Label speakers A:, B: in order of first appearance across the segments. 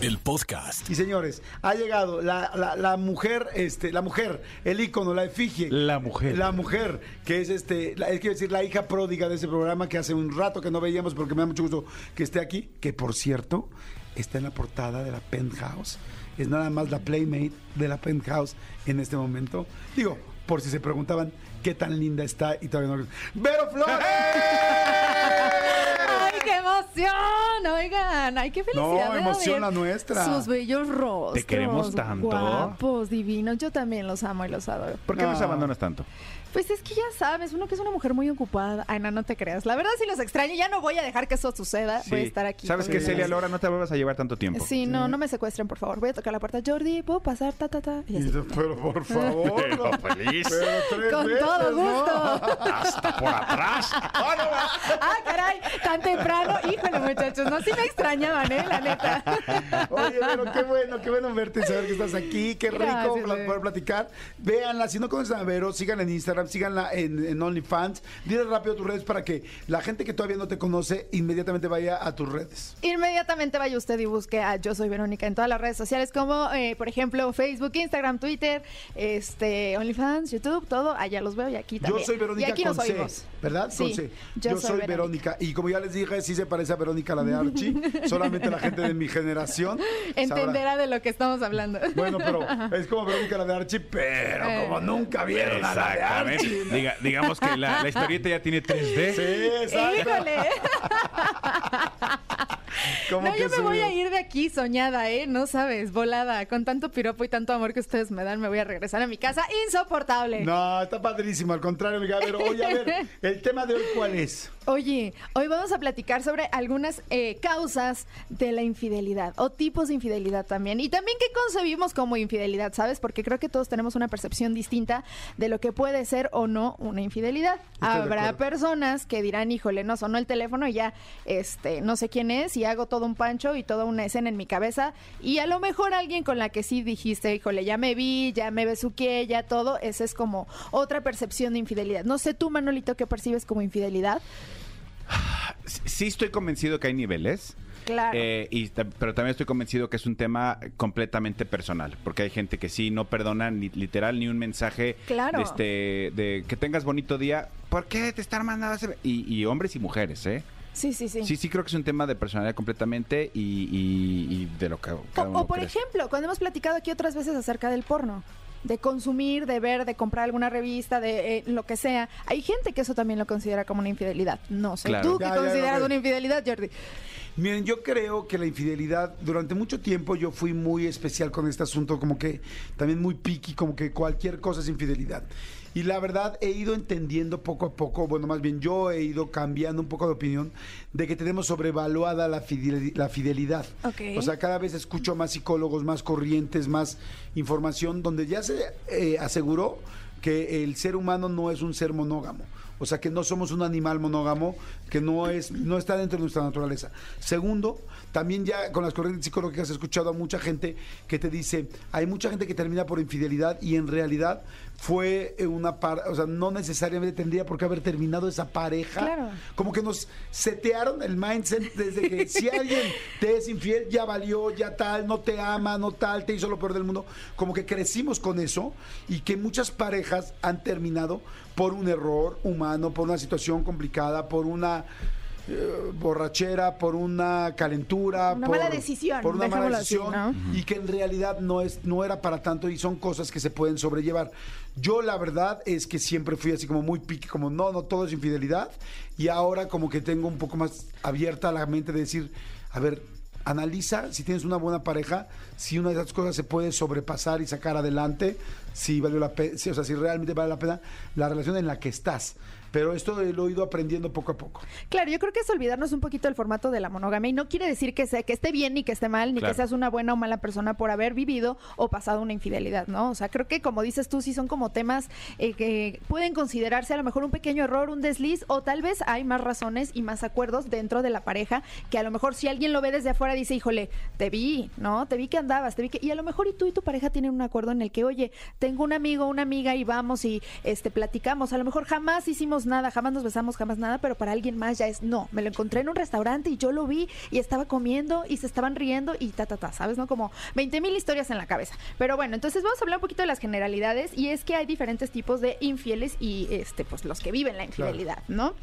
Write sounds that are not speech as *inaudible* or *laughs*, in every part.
A: el podcast.
B: Y señores, ha llegado la, la- la mujer, este, la mujer, el ícono, la efigie.
C: La mujer.
B: La mujer, que es este, la- es quiero decir, la hija pródiga de ese programa que hace un rato que no veíamos, porque me da mucho gusto que esté aquí, que por cierto, está en la portada de la Penthouse. Es nada más la playmate de la Penthouse en este momento. Digo, por si se preguntaban qué tan linda está y todavía no. ¡Vero *laughs* Flores!
D: ¡Ay, qué emoción! Oigan, ¡ay, qué felicidad!
B: No,
D: me da
B: emoción
D: ver
B: la nuestra.
D: Sus bellos rostros.
C: Te queremos tanto.
D: Guapos, divinos. Yo también los amo y los adoro.
C: ¿Por qué nos
B: No.
C: abandonas tanto?
D: Pues es que ya sabes, uno que es una mujer muy ocupada. Ay, no, no te creas. La verdad, sí los extraño. Ya no voy a dejar que eso suceda. Voy a
C: Sí.
D: estar aquí.
C: ¿Sabes
D: con
C: qué,
D: ustedes.
C: Celia Lora? No te vuelvas a llevar tanto tiempo.
D: Sí, no, no me secuestren, por favor. Voy a tocar la puerta. Jordi, ¿puedo pasar? Ta, ta, ta. Y así.
B: Pero por favor.
C: *laughs* Pero feliz.
B: *laughs* Pero tres
D: Con
B: veces,
D: todo
B: ¿no? *laughs*
D: gusto.
C: Hasta por atrás. ¡Ah, no, va!
D: Ah, caray, tan temprano. Híjole, muchachos. No, sí me extrañaban, ¿eh? La neta.
B: Oye, pero qué bueno, qué bueno verte y saber que estás aquí, qué rico
D: Gracias,
B: pla-
D: Vero.
B: poder platicar. Véanla, si no conocen a Vero, síganla en Instagram, síganla en, en OnlyFans. Dile rápido tus redes para que la gente que todavía no te conoce inmediatamente vaya a tus redes.
D: Inmediatamente vaya usted y busque a Yo Soy Verónica en todas las redes sociales, como eh, por ejemplo Facebook, Instagram, Twitter, este, OnlyFans, YouTube, todo. Allá los veo y aquí también.
B: Yo soy Verónica
D: Y aquí
B: con
D: nos
B: C,
D: oímos.
B: ¿verdad?
D: Sí,
B: con C. Yo, soy Verónica. Y como ya les dije, sí se parece a Verónica, la de
D: *laughs*
B: Archie. Solamente la gente de mi generación sabrá.
D: Entenderá de lo que estamos hablando.
B: *laughs* Bueno, pero es como Verónica, la de Archie, pero
D: Eh.
B: como nunca vieron a la de
C: Exactamente.
B: Archie.
C: Diga- digamos que la, la historieta ya tiene 3D.
B: Sí, exacto. *laughs*
D: Híjole.
B: Como
D: No,
B: que
D: yo me
B: su-
D: voy a ir de aquí soñada, ¿eh? No sabes, volada. Con tanto piropo y tanto amor que ustedes me dan, me voy a regresar a mi casa insoportable.
B: No, está padrísimo. Al contrario, mi Gabriel. Oye, a ver, el tema de hoy, ¿cuál es?
D: Oye, hoy vamos a platicar sobre algunas eh, causas de la infidelidad o tipos de infidelidad también. Y también qué concebimos como infidelidad, ¿sabes? Porque creo que todos tenemos una percepción distinta de lo que puede ser o no una infidelidad.
B: de
D: Habrá
B: acuerdo.
D: personas que dirán, híjole, no sonó el teléfono y ya, este, no sé quién es y hago todo un pancho y toda una escena en mi cabeza. Y a lo mejor alguien con la que sí dijiste, híjole, ya me vi, ya me besuqué, ya todo. Esa es como otra percepción de infidelidad. No sé tú, Manolito, qué percibes como infidelidad.
C: Sí estoy convencido que hay niveles.
D: Claro.
C: Eh, y ta- pero también estoy convencido que es un tema completamente personal, porque hay gente que sí no perdona ni literal ni un mensaje
D: Claro.
C: este, de que tengas bonito día. ¿Por qué te están mandando? ese- Y, y hombres y mujeres, ¿eh?
D: Sí, sí, sí.
C: Sí, sí creo que es un tema de personalidad completamente y, y- y de lo que
D: o,
C: cada uno
D: o, por
C: cree.
D: ejemplo, cuando hemos platicado aquí otras veces acerca del porno, de consumir, de ver, de comprar alguna revista, de eh, lo que sea, hay gente que eso también lo considera como una infidelidad. No sé,
C: Claro.
D: ¿tú qué
B: Ya, ya, ya,
D: consideras
B: ok.
D: una infidelidad, Jordi?
B: Miren, yo creo que la infidelidad, durante mucho tiempo yo fui muy especial con este asunto, como que también muy piqui, como que cualquier cosa es infidelidad. Y la verdad he ido entendiendo poco a poco, bueno, más bien yo he ido cambiando un poco de opinión de que tenemos sobrevaluada la, fideli- la fidelidad.
D: Ok.
B: O sea, cada vez escucho más psicólogos, más corrientes, más información, donde ya se eh, aseguró que el ser humano no es un ser monógamo. O sea, que no somos un animal monógamo, que no, es, no está dentro de nuestra naturaleza. Segundo, también ya con las corrientes psicológicas he escuchado a mucha gente que te dice, hay mucha gente que termina por infidelidad y en realidad fue eh, una par, o sea, no necesariamente tendría por qué haber terminado esa pareja.
D: Claro.
B: Como que nos setearon el mindset desde que si alguien te es infiel, ya valió, ya tal, no te ama, no tal, te hizo lo peor del mundo. Como que crecimos con eso y que muchas parejas han terminado por un error humano, por una situación complicada, por una eh, borrachera, por una calentura,
D: Una
B: por
D: mala decisión,
B: por una mala
D: dejémoslo así,
B: decisión
D: ¿no?
B: y que en realidad no es no era para tanto y son cosas que se pueden sobrellevar. Yo la verdad es que siempre fui así como muy pique, como no, no todo es infidelidad y ahora como que tengo un poco más abierta la mente de decir, a ver, analiza si tienes una buena pareja, si una de esas cosas se puede sobrepasar y sacar adelante, si valió la pena, o sea, si realmente vale la pena la relación en la que estás. Pero esto lo he ido aprendiendo poco a poco.
D: Claro, yo creo que es olvidarnos un poquito del formato de la monogamia y no quiere decir que, sea, que esté bien ni que esté mal, ni
C: Claro.
D: que seas una buena o mala persona por haber vivido o pasado una infidelidad, ¿no? O sea, creo que como dices tú, sí son como temas eh, que pueden considerarse a lo mejor un pequeño error, un desliz, o tal vez hay más razones y más acuerdos dentro de la pareja que a lo mejor si alguien lo ve desde afuera dice, híjole, te vi, ¿no? Te vi que andabas, te vi que... Y a lo mejor y tú y tu pareja tienen un acuerdo en el que, oye, tengo un amigo, una amiga y vamos y este platicamos. A lo mejor jamás hicimos nada, jamás nos besamos, jamás nada, pero para alguien más ya es, no, me lo encontré en un restaurante y yo lo vi y estaba comiendo y se estaban riendo y ta, ta, ta, ¿sabes? ¿No? Como 20 mil historias en la cabeza. Pero bueno, entonces vamos a hablar un poquito de las generalidades y es que hay diferentes tipos de infieles y este, pues los que viven la infidelidad, ¿no?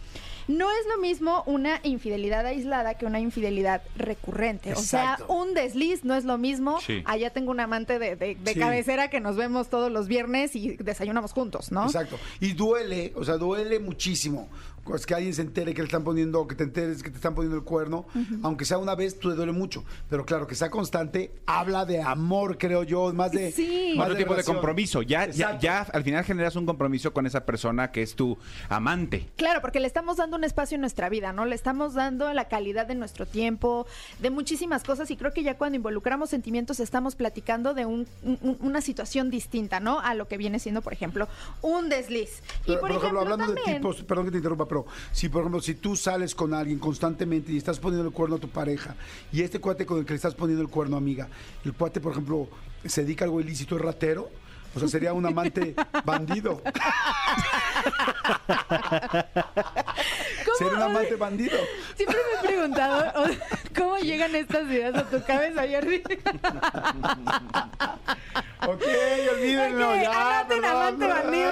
D: No es lo mismo una infidelidad aislada que una infidelidad recurrente. O
B: Exacto.
D: sea, un desliz no es lo mismo.
C: Sí.
D: Allá tengo un amante de, de- de
B: Sí.
D: cabecera que nos vemos todos los viernes y desayunamos juntos, ¿no?
B: Exacto. Y duele, o sea, duele muchísimo. Es que alguien se entere que le están poniendo, o que te enteres que te están poniendo el cuerno, aunque sea una vez, tú le duele mucho. Pero claro, que sea constante, habla de amor, creo yo, más de.
D: Sí.
B: más
C: Otro tipo de
B: relación.
C: compromiso. Ya, ya,
B: Exacto.
C: ya al final generas un compromiso con esa persona que es tu amante.
D: Claro, porque le estamos dando un espacio en nuestra vida, ¿no? Le estamos dando la calidad de nuestro tiempo, de muchísimas cosas y creo que ya cuando involucramos sentimientos estamos platicando de un- un- una situación distinta, ¿no? A lo que viene siendo, por ejemplo, un desliz.
B: Pero, por, ejemplo, hablando de
D: también-
B: tipos, perdón que te interrumpa, pero si por ejemplo, si tú sales con alguien constantemente y estás poniendo el cuerno a tu pareja, y este cuate con el que le estás poniendo el cuerno, amiga, el cuate, por ejemplo, se dedica a algo ilícito, es ratero, o sea, sería un
D: *laughs*
B: amante bandido. Sería un amante bandido.
D: Siempre me he preguntado o- cómo llegan estas ideas a tu cabeza, Jordi.
B: Ok, olvídenlo,
D: Ok,
B: ya,
D: anoten, amante bandido.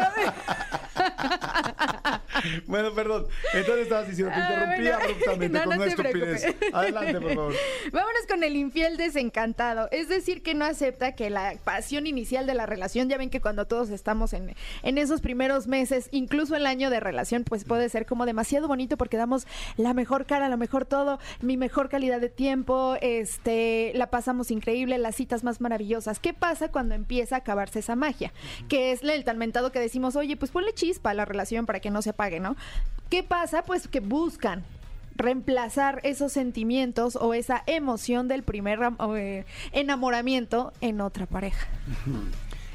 B: Bueno, perdón. Entonces estabas diciendo, te
D: Ah,
B: interrumpí
D: bueno.
B: abruptamente
D: *laughs* No,
B: con
D: no
B: una
D: se preocupe.
B: estupidez. Adelante, por
D: *laughs*
B: favor.
D: Vámonos con el infiel desencantado, es decir, que no acepta que la pasión inicial de la relación, ya ven que cuando todos estamos en, en esos primeros meses, incluso el año de relación, pues puede ser como demasiado bonito porque damos la mejor cara, lo mejor todo, mi mejor calidad de tiempo, este, la pasamos increíble, las citas más maravillosas. ¿Qué pasa cuando empieza a acabarse esa magia? Que es el talmentado que decimos, oye, pues ponle chispa a la relación para que no se apague, ¿no? ¿Qué pasa? Pues que buscan reemplazar esos sentimientos o esa emoción del primer am- o, eh, enamoramiento en otra pareja.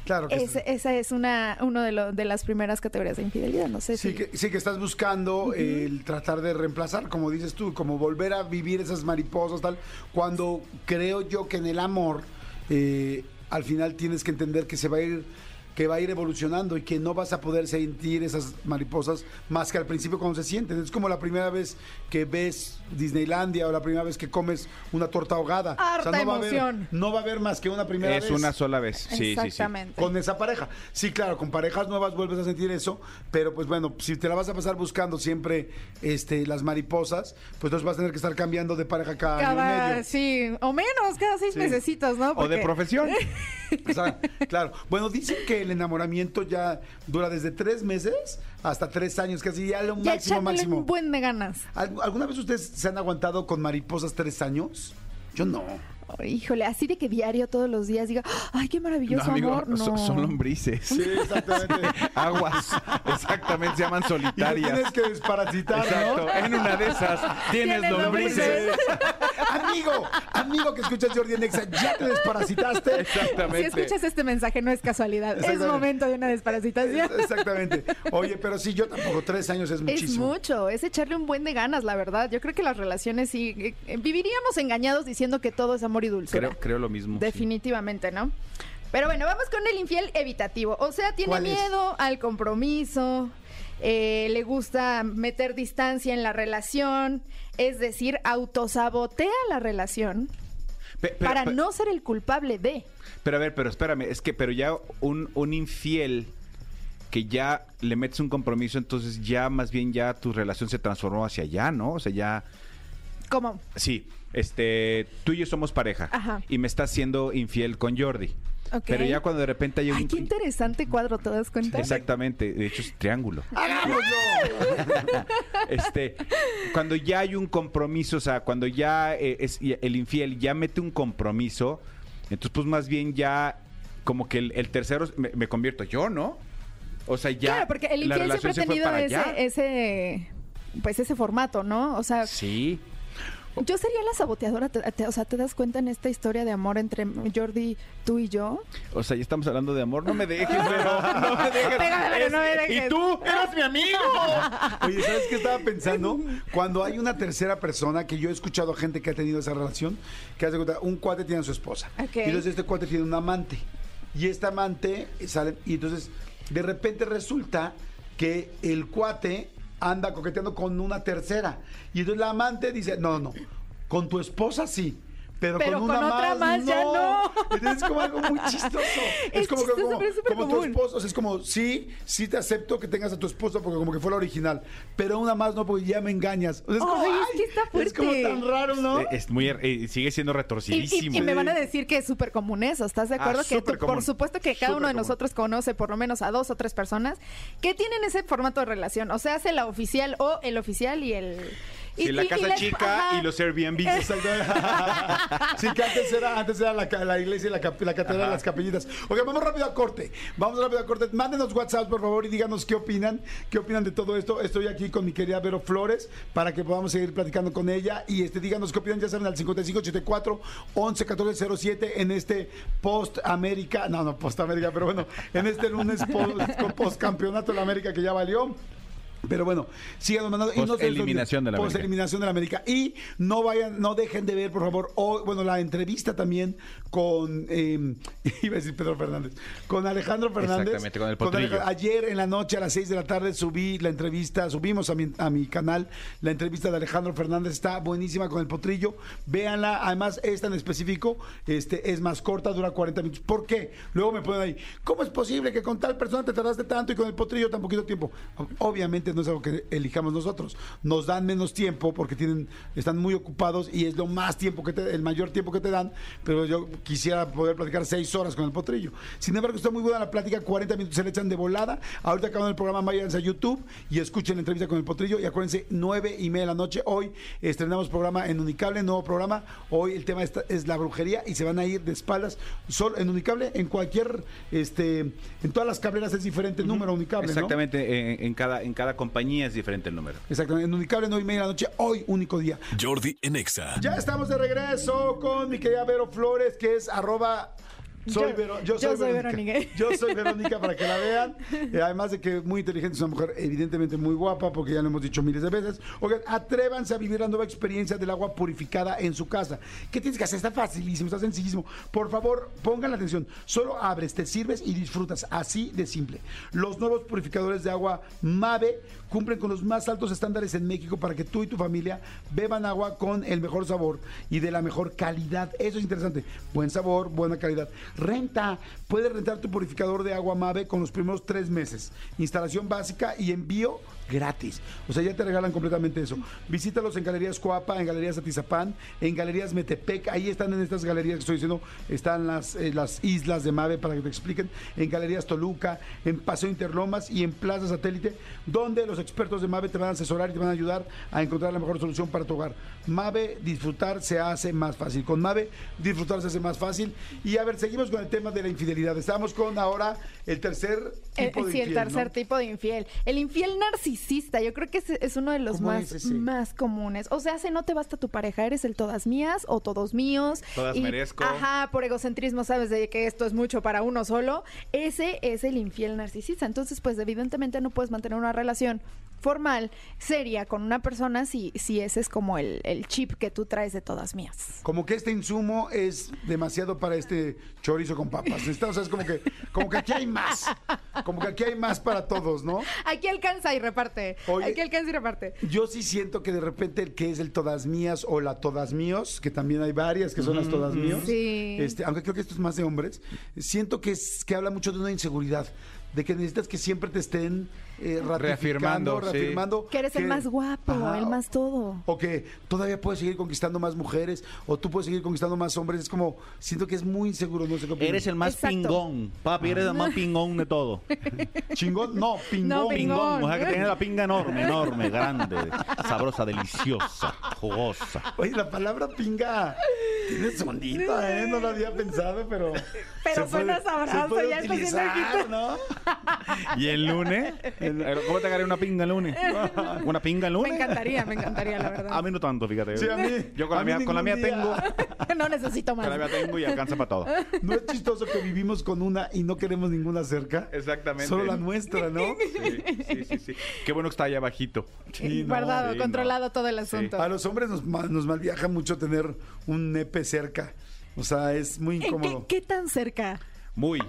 B: Claro que
D: Ese- esa es una uno de, lo- de las primeras categorías de infidelidad, no sé
B: Sí,
D: si...
B: que, sí que estás buscando el tratar de reemplazar, como dices tú, como volver a vivir esas mariposas, tal, cuando creo yo que en el amor eh, al final tienes que entender que se va a ir que va a ir evolucionando y que no vas a poder sentir esas mariposas más que al principio cuando se sienten. Es como la primera vez que ves Disneylandia o la primera vez que comes una torta ahogada. o
D: Harta
B: sea, no va, a haber,
D: emoción.
B: no va a haber más que una primera
C: Es
B: vez
C: una sola vez. Sí, sí, sí.
D: Exactamente.
B: con esa pareja. Sí, claro, con parejas nuevas vuelves a sentir eso, pero pues bueno, si te la vas a pasar buscando siempre este, las mariposas, pues entonces vas a tener que estar cambiando de pareja cada, año y
D: Cada,
B: ah, medio.
D: sí, o menos, cada seis
B: Sí.
D: necesitas, ¿no?
C: O de
D: Porque- *laughs*
C: profesión.
B: O sea, claro. Bueno, dicen que el enamoramiento ya dura desde tres meses hasta tres años, casi ya lo
D: Ya
B: máximo,
D: echándole
B: máximo.
D: un buen de ganas.
B: ¿Algu- ¿Alguna vez ustedes se han aguantado con mariposas tres años? Yo no.
D: Oh, híjole, así de que diario, todos los días, diga, ay, qué maravilloso amor.
C: so-
D: No.
C: son lombrices.
D: *laughs*
B: exactamente.
C: Aguas. Exactamente, se llaman
B: *laughs* Y lo tienes
C: solitarias.
B: que desparasitar, ¿no?
C: Exacto. En una de esas
D: *laughs*
C: tienes
D: Tienen
C: lombrices.
D: lombrices.
B: amigo, amigo que escuchas Jordi en Exa, ya te desparasitaste.
D: Si
C: Exactamente.
D: escuchas este mensaje, no es casualidad. Es
B: Exactamente.
D: momento de una desparasitación.
B: *laughs* Exactamente. Oye, pero sí, yo tampoco. Tres años es
D: Es
B: muchísimo.
D: mucho, es echarle un buen de ganas, la verdad. Yo creo que las relaciones sí. eh, eh, viviríamos engañados diciendo que todo es amor y dulzura.
C: Creo, creo lo mismo. sí.
D: Definitivamente, ¿no? Pero bueno, vamos con el infiel evitativo. O sea, tiene
B: ¿Cuál es?
D: miedo al compromiso, eh, le gusta meter distancia en la relación, es decir, autosabotea la relación
C: Pe- pero- pues
D: para
C: pe-
D: no ser el culpable de.
C: Pero a ver, pero espérame, es que, pero ya un, un infiel que ya le metes un compromiso, entonces ya más bien ya tu relación se transformó hacia allá, ¿no? O sea, ya,
D: Como,
C: sí, este, tú y yo somos pareja
D: Ajá.
C: y me estás siendo infiel con Jordi.
D: Ok.
C: Pero ya cuando de repente hay un...
D: ay, qué interesante cuadro, ¿te das cuenta?
C: Exactamente, de hecho es triángulo.
B: ¡Hagámoslo!
C: *laughs* Este, cuando ya hay un compromiso, o sea, cuando ya eh, es, y el infiel ya mete un compromiso, entonces pues más bien ya como que el, el tercero me, me convierto yo, ¿no? O sea, ya.
D: claro, porque el
C: la
D: infiel siempre
C: relación
D: ha
C: se fue
D: tenido
C: para allá.
D: ese, eh, ese, pues ese formato, ¿no? O sea,
C: Sí.
D: yo sería la saboteadora, te- te- o sea, ¿te das cuenta en esta historia de amor entre Jordi, tú y yo?
C: O sea, ya estamos hablando de amor. No me dejes, pero. No me dejes.
D: Ah. *laughs* Pégame, pero no me
C: Es- eh,
D: dejes.
C: Y tú eras mi amigo.
B: Oye, ¿sabes qué estaba
D: *laughs*
B: pensando? Cuando hay una tercera persona, que yo he escuchado a gente que ha tenido esa relación, que hace cuenta, un cuate tiene a su esposa.
D: Ok.
B: Y entonces este cuate tiene un amante. Y esta amante sale. Y entonces, de repente resulta que el cuate anda coqueteando con una tercera. Y entonces la amante dice: No, no, no, con tu esposa sí. Pero,
D: Pero
B: con una
D: con otra más ya no.
B: Entonces es como algo muy chistoso.
D: *laughs*
B: Es,
D: Es
B: como, que-
D: chistoso,
B: como,
D: pero es súper
B: como tu
D: común.
B: esposa esposa, o sea, es como, sí, sí te acepto que tengas a tu esposa porque como que fue la original, pero una más no porque ya me engañas. O sea, es como,
D: Oh, Ay, es que
B: ay,
D: está
B: Es como
D: fuerte.
B: tan raro, ¿no?
C: Eh, Es muy, eh, sigue siendo
D: Y, y-
C: retorcidísimo.
D: y me van a decir que es súper común eso, ¿estás de
C: Ah,
D: acuerdo? que
C: súper
D: tú- por
C: común,
D: supuesto que cada
C: súper
D: uno de
C: común.
D: nosotros conoce por lo menos a dos o tres personas que tienen ese formato de relación, o sea, hace la oficial o el oficial y el...
C: Sí, la casa chica
D: ajá. Eh,
C: y los Airbnb.
B: Exacto. sí, que antes era, antes era la, ca- la iglesia y la, cap- la catedral de las capellitas. Ok, vamos rápido a corte. Vamos rápido a corte. Mándenos WhatsApp, por favor, y díganos qué opinan. ¿Qué opinan de todo esto? Estoy aquí con mi querida Vero Flores para que podamos seguir platicando con ella. Y este, díganos qué opinan, ya saben, al 5584 111407 en este post América. No, no, post América, pero bueno, en este lunes post, post campeonato de la América que ya valió. Pero bueno, sigan mandando. y no se les olvide-
C: Post-eliminación de la América.
B: eliminación de la América. Y no vayan, no dejen de ver, por favor, hoy, bueno, la entrevista también con, eh, *laughs* iba a decir Pedro Fernández, con Alejandro Fernández.
C: Exactamente, con el potrillo.
B: Alejandro- ayer en la noche, a las 6 de la tarde, subí la entrevista, subimos a mi, a mi canal la entrevista de Alejandro Fernández, está buenísima con el potrillo. Véanla, además, esta en específico este, es más corta, dura 40 minutos. ¿Por qué? Luego me ponen ahí, ¿cómo es posible que con tal persona te tardaste tanto y con el potrillo tan poquito tiempo? Obviamente no es algo que elijamos nosotros. Nos dan menos tiempo porque tienen, están muy ocupados y es lo más tiempo que te, el mayor tiempo que te dan, pero yo quisiera poder platicar seis horas con el potrillo. Sin embargo, está muy buena la plática, 40 minutos se le echan de volada. Ahorita acaban el programa, váyanse a YouTube y escuchen la entrevista con el potrillo. Y acuérdense, nueve y media de la noche. Hoy estrenamos programa en Unicable, nuevo programa. Hoy el tema está- es la brujería y se van a ir de espaldas. Solo en Unicable, en cualquier, este, en todas las cableras es diferente el número Unicable. ¿no?
C: Exactamente, en, en cada, en cada compañía es diferente el número.
B: Exactamente, en Unicable, nueve y media de la noche, hoy, único día.
A: Jordi en Exa.
B: Ya estamos de regreso con mi querida Vero Flores, que es arroba. Soy
D: Yo-
B: Vero-
D: yo soy Verónica.
B: *laughs* Yo soy Verónica para que la vean. Eh, además de que muy inteligente, es una mujer evidentemente muy guapa, porque ya lo hemos dicho miles de veces. Oigan, atrévanse a vivir la nueva experiencia del agua purificada en su casa. ¿Qué tienes que hacer? Está facilísimo, está sencillísimo. Por favor, pongan la atención. Solo abres, te sirves y disfrutas. Así de simple. Los nuevos purificadores de agua MAVE cumplen con los más altos estándares en México para que tú y tu familia beban agua con el mejor sabor y de la mejor calidad. Eso es interesante. Buen sabor, buena calidad. Renta. Puedes rentar tu purificador de agua MAVE con los primeros tres meses. Instalación básica y envío gratis. O sea, ya te regalan completamente eso. Visítalos en Galerías Coapa, en Galerías Atizapán, en Galerías Metepec. Ahí están en estas galerías que estoy diciendo, están las, eh, las islas de Mave para que te expliquen. En Galerías Toluca, en Paseo Interlomas y en Plaza Satélite, donde los expertos de Mave te van a asesorar y te van a ayudar a encontrar la mejor solución para tu hogar. Mave, disfrutar se hace más fácil. Con Mave, disfrutar se hace más fácil. Y a ver, seguimos con el tema de la infidelidad. Estamos con ahora el tercer
D: Eh,
B: tipo de
D: sí, el
B: infiel, ¿no?
D: tercer tipo de infiel. El infiel narcisista, yo creo que es, es uno de los
B: ¿Cómo
D: más,
B: es ese?
D: más comunes. O sea, si no te basta tu pareja, eres el todas mías o todos míos.
C: Todas merezco.
D: Ajá, por egocentrismo sabes de que esto es mucho para uno solo. Ese es el infiel narcisista. Entonces, pues evidentemente no puedes mantener una relación formal, seria, con una persona si, si ese es como el, el chip que tú traes de todas mías.
B: Como que este insumo es demasiado para este chorizo con papas. Necesitamos, o sea, es como que, como que aquí hay más. Como que aquí hay más para todos, ¿no?
D: Aquí alcanza y reparte.
B: Oye.
D: Aquí alcanza y reparte.
B: Yo sí siento que de repente el que es el todas mías o la todas míos, que también hay varias que son las todas míos,
D: Sí.
B: este, aunque creo que esto es más de hombres, siento que, es, que habla mucho de una inseguridad, de que necesitas que siempre te estén eh, ratificando,
C: Reafirmando, sí.
B: reafirmando.
D: Que eres el más guapo,
B: Ajá,
D: el más todo.
B: o que todavía puedes seguir conquistando más mujeres o tú puedes seguir conquistando más hombres. Es como, siento que es muy inseguro, no sé qué opinas.
C: Eres el más
D: Exacto. Ah.
C: pingón, papi, eres el más pingón de
D: *laughs*
C: todo.
B: Chingón, no, pingón.
D: No, pingón.
C: Pingón, o sea que tiene la pinga enorme, enorme, grande, sabrosa, deliciosa, jugosa.
B: Oye, la palabra pinga Tienes ondita, ¿eh? No lo había pensado, pero.
D: Pero suena sabroso,
B: se puede
D: ya está haciendo
B: utilizar, ¿no?
C: Eh, ¿Y el lunes? ¿Cómo te agarré una pinga el
D: *laughs*
C: lunes? ¿Una pinga el
D: Me
C: lunes?
D: encantaría, me encantaría,
C: *laughs*
D: la
C: A
D: verdad.
C: mí no tanto, fíjate.
B: Sí, a mí-
C: Yo con
B: a
C: la
B: mí
C: mía, con la mía
B: ningún
C: tengo.
B: día.
D: *laughs* No necesito
C: Con la *laughs* mía
D: más.
C: tengo y alcanza para todo.
B: *laughs* No es chistoso que vivimos con una y no queremos ninguna cerca.
C: Exactamente.
B: Solo la nuestra,
D: *laughs*
B: ¿no?
C: Sí, sí, sí, sí. Qué bueno que está allá abajito.
B: Sí, no,
D: Guardado,
C: sí,
D: controlado
C: no.
D: todo el asunto.
B: A los hombres nos, ma- nos malviaja mucho tener un nepe cerca. O sea, es muy
D: ¿En qué,
B: incómodo.
D: qué tan cerca?
C: Muy.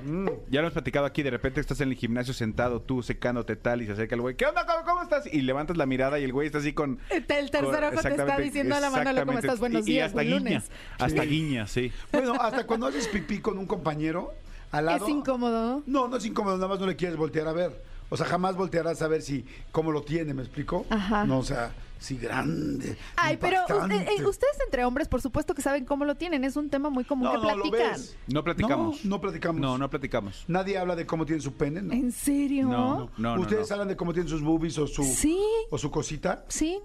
C: Ya lo hemos platicado aquí. De repente estás en el gimnasio sentado, tú secándote tal, y se acerca el güey. ¿Qué onda? ¿Cómo, cómo estás? Y levantas la mirada y el güey está así con.
D: El tercer
C: con-
D: ojo te está
C: exactamente,
D: diciendo a la mano cómo
C: exactamente.
D: estás, buenos
C: Y-
D: días,
C: Y hasta
D: buen
C: guiña.
D: lunes.
C: Hasta
B: Sí.
C: guiña, sí.
B: Bueno, hasta cuando haces pipí con un compañero al lado.
D: Es incómodo.
B: No, no es incómodo, nada más no le quieres voltear a ver. O sea, jamás voltearás a ver si cómo lo tiene, ¿me explico?
D: Ajá.
B: No, o sea, si grande.
D: Ay, pero usted-
B: impactante.
D: eh, ustedes entre hombres, por supuesto que saben cómo lo tienen. Es un tema muy común
B: No,
D: que
B: no, lo
D: platican.
B: ves.
C: No platicamos.
B: No, no platicamos.
C: No, no platicamos.
B: Nadie habla de cómo tiene su pene, ¿no?
D: ¿En serio?
C: No, no, no.
B: ¿Ustedes
C: no.
B: hablan de cómo tienen sus boobies o su,
D: Sí.
B: o su cosita?
D: Sí,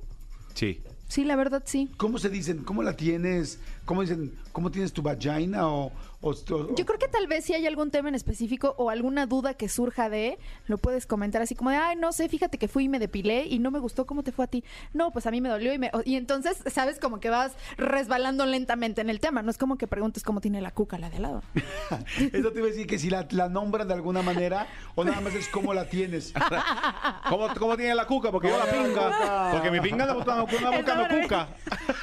C: Sí.
D: sí, la verdad sí.
B: ¿Cómo se dicen? ¿Cómo la tienes? ¿Cómo dicen? ¿Cómo tienes tu vagina? O, o- o-
D: Yo creo que tal vez si hay algún tema en específico o alguna duda que surja de, lo puedes comentar así como de, ay, no sé, fíjate que fui y me depilé y no me gustó cómo te fue a ti. No, pues a mí me dolió y me... o- Y entonces, ¿sabes? Como que vas resbalando lentamente en el tema. No es como que preguntes cómo tiene la cuca la de al lado.
B: Eso te iba a decir que si la, la nombran de alguna manera o nada más es cómo la tienes.
C: ¿Cómo, cómo tiene la cuca? Porque yo la pinga. Porque mi pinga la buscando una buscando cuca.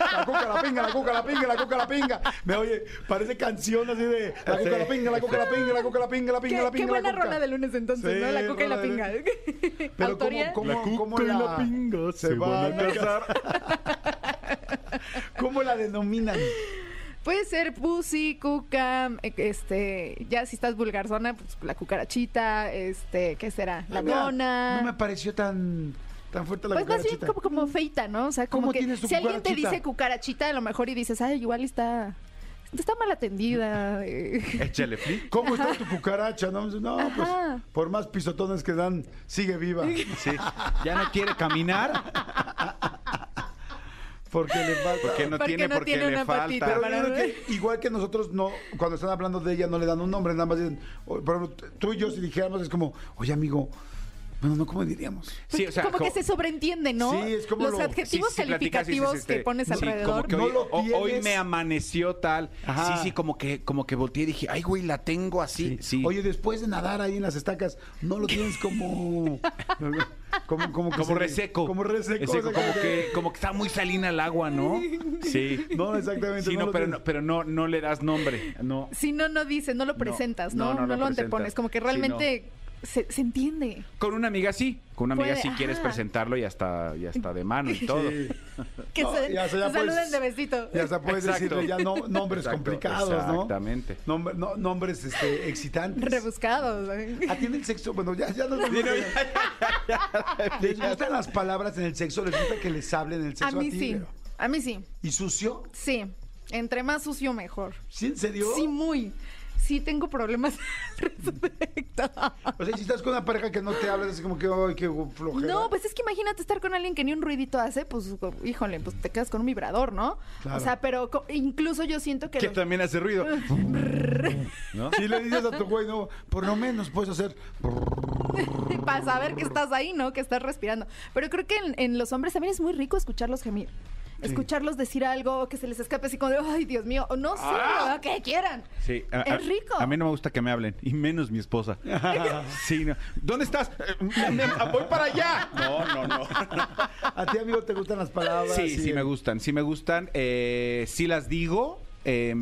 B: La cuca, la pinga, la cuca, la pinga, la cuca, la pinga. Me oye, parece canción así de la
C: Este,
B: cuca, la pinga, la cuca, la pinga, la cuca, la pinga, la
D: Qué,
B: pinga, la
D: qué
B: pinga. la
D: buena
B: cuca.
D: rola de lunes entonces,
B: Sí,
D: ¿no? La cuca y la
B: rola de
D: pinga. *laughs*
B: lunes. Pero
D: Autoría.
B: ¿cómo, cómo, cómo se van a ¿Cómo la denominan?
D: Puede ser pussy, cuca, eh, este, ya si estás vulgarzona, pues la cucarachita, este, ¿qué será? La
B: Mira,
D: mona.
B: No me pareció tan, tan fuerte la
D: pues más bien
B: cucarachita.
D: como, como feita, ¿no? O sea, como
B: ¿Cómo
D: que
B: tienes tu
D: si alguien te
B: cucarachita?
D: dice cucarachita, a lo mejor y dices, ay, igual está, está mal atendida. eh.
C: Échale flip.
B: ¿Cómo está tu cucaracha? No, no pues
D: Ajá.
B: por más pisotones que dan, sigue
D: *laughs*
B: viva.
C: Sí. Ya no quiere caminar
B: Porque le falta.
C: porque *laughs* no
D: Porque
C: tiene,
D: no
C: porque
D: tiene
C: le
D: una patita.
C: falta.
B: Pero yo creo que igual que nosotros no, cuando están hablando de ella no le dan un nombre, nada más dicen, o- pero tú y yo si dijéramos es como, oye amigo, bueno, no cómo diríamos.
C: Sí, o sea,
D: como, que se sobreentiende, ¿no?
B: Sí, es como
D: Los
B: lo-
D: adjetivos
C: sí, sí, platicas y dices,
D: calificativos que
C: este,
D: pones
C: sí,
D: alrededor.
C: como que
B: No
C: hoy,
B: lo
C: o- hoy
B: tienes.
C: me amaneció tal.
B: Ajá.
C: Sí, sí, como que, como que volteé y dije, ay, güey, la tengo así. Sí.
B: Oye, después de nadar ahí en las estacas, no lo tienes
C: *laughs*
B: como como como, que
C: como
B: se-
C: reseco.
B: Como reseco.
C: Reseco,
B: o sea,
C: como que, como que está muy salina el agua, ¿no? Sí.
B: *laughs* No, exactamente,
C: Sí,
B: no
C: no,
B: lo
C: pero,
B: tienes.
C: no, pero no, no le das nombre. No.
D: Si no, no dices, no lo presentas,
C: no,
D: ¿no? No,
C: no lo
D: lo
C: presentas.
D: antepones, como que
C: Sí, no.
D: realmente se, se entiende.
C: Con una amiga sí. Con una amiga
D: Puede-
C: sí quieres
D: ajá.
C: presentarlo y hasta, y hasta de
D: *laughs*
C: mano y todo.
B: Sí.
D: Que
B: No,
D: se,
B: ya, o sea, ya
D: se saluden
B: puedes-
D: de besito.
B: Ya hasta puedes
C: Exacto.
B: decirle ya no, nombres
C: Exacto,
B: complicados, ¿no?
C: exactamente.
B: Nombre- no- nombres este, excitantes.
D: Rebuscados. ¿eh?
B: ¿A ti en el sexo? Bueno, ya, ya nos vamos. ¿Les gustan las palabras en el sexo? ¿Les gusta que les hablen en el
D: A
B: sexo?
D: mí
B: ti,
D: sí.
B: Vero?
D: A mí sí.
B: ¿Y sucio?
D: Sí. Entre más sucio, mejor.
B: ¿Sí, en serio?
D: Sí, muy. Sí, tengo problemas *laughs* al respecto.
B: O sea, si estás con una pareja que no te habla, es como que, ay, qué flojera.
D: No, pues es que imagínate estar con alguien que ni un ruidito hace, pues, híjole, pues te quedas con un vibrador, ¿no?
B: Claro.
D: O sea, pero co- incluso yo siento que.
C: Que
D: los-
C: también hace
D: *laughs*
C: ruido.
B: Si le dices a tu güey, no, por lo menos puedes hacer...
D: para
C: *laughs*
D: saber que estás ahí, ¿no? Que estás respirando. Pero creo que en, en los hombres también es muy rico escucharlos gemir. Escucharlos decir algo que se les escape así como de, ay, Dios mío, o no sé, lo que quieran.
C: Ah. Sí, a- a-
D: es rico.
C: A mí no me gusta que me hablen, y menos mi *laughs* esposa. Sí, no. ¿Dónde estás? Eh, me- me- Voy para allá. No, no, no.
B: ¿A ti, amigo, te gustan las palabras?
C: Sí, sí me gustan, sí me gustan. eh, sí las digo. eh,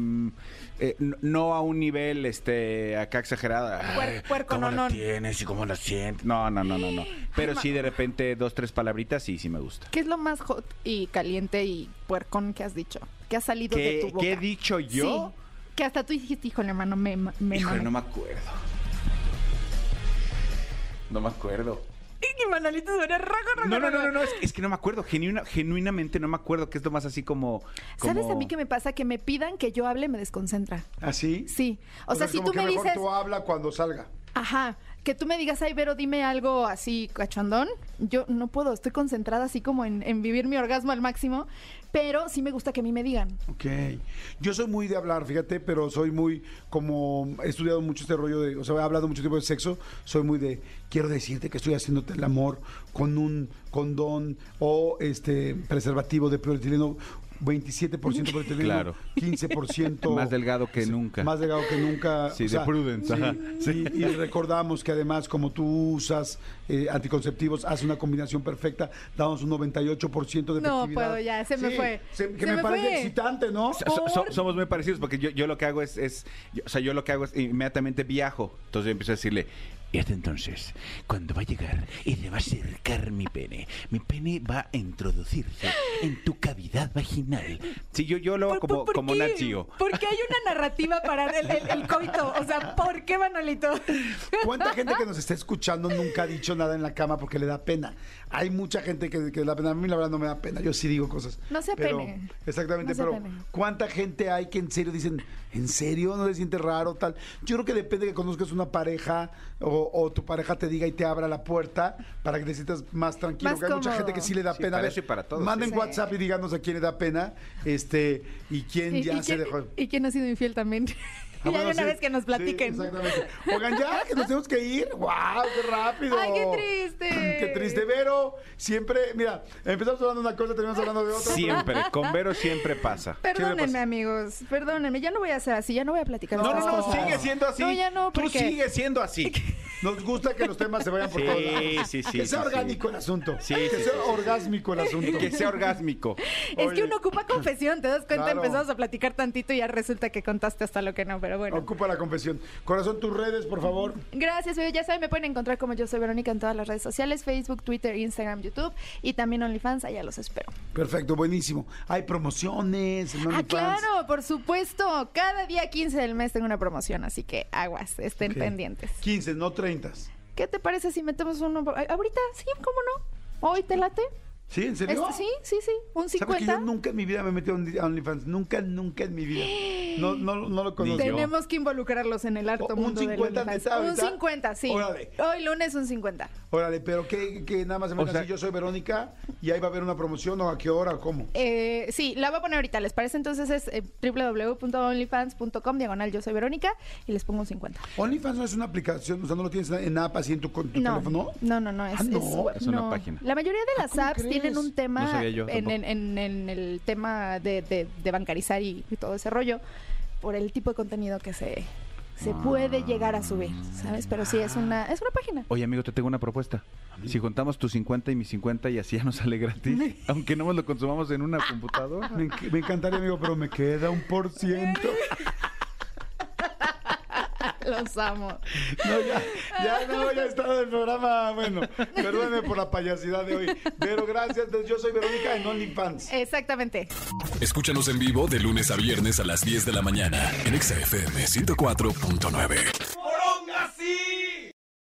C: eh, n- no a un nivel este acá exagerado. Ay,
D: puerco,
C: ¿cómo
D: no,
C: la
D: no.
C: tienes y cómo la sientes? No, no, no, no, no. Pero
D: ma-
C: sí de repente dos tres palabritas sí sí me gusta.
D: ¿Qué es lo más hot y caliente y puercón que has dicho? ¿Qué ha salido de tu
C: ¿Qué,
D: boca?
C: qué he dicho yo?
D: Sí, que hasta tú dijiste, híjole, hermano, me, ma- me
C: Híjole,
D: mamé".
C: no me acuerdo. No me acuerdo.
D: Y que Manolito suena rojo, rojo,
C: No, no,
D: rojo.
C: no, no, no, es, que- es que no me acuerdo. genuina- genuinamente no me acuerdo, que es lo más así como.
D: ¿Sabes
C: como- ¿Ah,
D: a mí que me pasa? Que me pidan que yo hable me desconcentra.
B: ¿Así?
D: Sí. O, sea, si
B: como
D: tú
B: que
D: me
B: mejor
D: dices,
B: tú habla cuando salga.
D: ajá, que tú me digas, ay, Vero, dime algo así cachondón, yo no puedo, estoy concentrada así como en, en vivir mi orgasmo al máximo, pero sí me gusta que a mí me digan.
B: Ok. Yo soy muy de hablar, fíjate, pero soy muy como he estudiado mucho este rollo de, o sea, he hablado mucho tiempo de sexo, soy muy de quiero decirte que estoy haciéndote el amor con un condón o este preservativo de polietileno 27% polietileno,
C: Claro.
B: 15%
C: *laughs* Más delgado que
B: Sí,
C: nunca.
B: Más delgado que nunca.
C: Sí, de Prudence,
B: sí,
C: ajá, sí.
B: Y, y recordamos que además como tú usas eh, anticonceptivos, hace una combinación perfecta, damos un 98% de
D: No
B: efectividad.
D: puedo ya, se me fue.
B: se- que
D: Se
B: me,
D: me
B: parece
D: fue.
B: excitante, ¿no?
C: So- so- so-
D: ¿Por?
C: somos muy parecidos porque yo, yo lo que hago es, es yo- o sea, yo lo que hago es inmediatamente viajo. Entonces yo empiezo a decirle, y hasta entonces, cuando va a llegar y le va a acercar mi pene, mi pene va a introducirse en tu cavidad vaginal. Sí, yo, yo lo hago como, como
D: qué?
C: Nat Geo.
D: Porque hay una narrativa para el, el- el coito. O sea, ¿por qué, Manolito?
B: ¿Cuánta gente que nos está escuchando nunca ha dicho nada en la cama porque le da pena? Hay mucha gente que, que le da pena. A mí la verdad no me da pena. Yo sí digo cosas.
D: No se
B: pero,
D: apene.
B: Exactamente,
D: No se
B: pero
D: apene.
B: ¿cuánta gente hay que en serio dicen, ¿en serio? ¿No le sientes raro? tal? Yo creo que depende que conozcas una pareja o, o tu pareja te diga y te abra la puerta para que te sientas más tranquilo.
D: Más
B: que hay mucha
D: cómodo.
B: gente que sí le da
C: Sí,
B: pena. A
C: para
B: ver,
C: eso y para todos,
B: Manden
D: sí.
B: WhatsApp y díganos a quién le da pena este y quién ya se
D: quién,
B: dejó.
D: y quién ha sido infiel *laughs* también?
B: Ah,
D: y
B: bueno,
D: hay una
B: sí.
D: vez que nos
B: Sí,
D: platiquen.
B: exactamente. Oigan, ya, que nos tenemos que ir. ¡Wow! ¡Qué rápido!
D: Ay,
B: *clears throat*
D: qué triste.
B: ¡Qué triste! Vero, siempre, mira, empezamos hablando de una cosa, terminamos hablando de otra.
C: Siempre, con Vero siempre pasa.
B: ¿Qué le
D: Perdónenme,
B: pasa?
D: amigos, perdónenme. Ya no voy a hacer así, ya no voy a platicar.
C: No,
D: de
C: no,
D: estas
C: no,
D: cosas.
C: sigue siendo así.
D: No, ya no,
C: Tú
D: porque...
C: sigues siendo
D: *laughs*
C: así.
B: Nos gusta que los temas se vayan por
C: Sí,
B: todos lados.
C: sí, sí,
B: Que sea
C: sí,
B: orgánico
C: sí.
B: el asunto.
C: Sí,
B: que
C: sí,
B: sea
C: sí, sí.
B: orgásmico el asunto.
C: Que sea orgásmico.
D: Es
B: Oye.
D: que uno ocupa confesión, ¿te das cuenta?
B: Claro.
D: Empezamos a platicar tantito y ya resulta que contaste hasta lo que no, pero bueno.
B: Ocupa la confesión. Corazón, tus redes, por favor.
D: Gracias, Vero. Ya saben, me pueden encontrar como yo soy Verónica en todas las redes sociales, Facebook, Twitter, Instagram, YouTube y también OnlyFans, allá los espero.
B: Perfecto, buenísimo. Hay promociones. en
D: Ah,
B: OnlyFans.
D: claro, por supuesto. Cada día 15 del mes tengo una promoción, así que aguas, estén
B: Ok.
D: pendientes.
B: 15, no 30.
D: ¿Qué te parece si metemos uno por- ay, ahorita? Sí, ¿cómo no? ¿Hoy te late?
B: ¿Sí? ¿En serio?
D: Este, sí, sí, sí. ¿Un
B: ¿Sabes que
D: 50?
B: yo nunca en mi vida me metí a Only- a OnlyFans? Nunca, nunca en mi vida. No, no, no lo conozco.
C: yo.
D: Tenemos que involucrarlos en el harto
B: O- un
D: mundo del
B: 50
D: OnlyFans.
B: neta,
D: Un
B: ahorita.
D: 50, sí.
B: Órale.
D: Hoy lunes un 50.
B: Órale, pero que, que nada más se meten
C: O sea-
B: así, yo soy Verónica y ahí va a haber una promoción o a qué hora o cómo.
D: Eh, sí, la voy a poner ahorita, ¿les parece? Entonces es eh, www.onlyfans.com, diagonal, yo soy Verónica, y les pongo un 50.
B: OnlyFans no es una aplicación, o sea, no lo tienes en app así en tu, con- tu
D: no,
B: teléfono.
D: No, no, no. Es,
B: Ah, no.
D: web,
C: Es una
D: no.
C: página.
D: La mayoría de las
B: ¿cómo
D: apps
B: crees?
D: tienen un tema
C: No sabía yo
D: en,
C: tampoco.
D: en- en- en el tema de, de- de bancarizar y, y todo ese rollo por el tipo de contenido que se, se puede llegar a subir, ¿sabes? Pero sí, es una, es una página.
C: Oye, amigo, te tengo una propuesta. Si juntamos tus 50 y mis 50 y así ya nos sale gratis, aunque no lo consumamos en una computadora.
B: Me, enc- me encantaría, amigo, pero me queda un por ciento.
D: *laughs* Los amo.
B: No, ya, ya no, ya está el programa. Bueno, perdóneme por la payasidad de hoy. Pero gracias, pues, yo soy Verónica en OnlyFans.
D: Exactamente.
A: Escúchanos en vivo de lunes a viernes a las 10 de la mañana en Exa FM 104.9.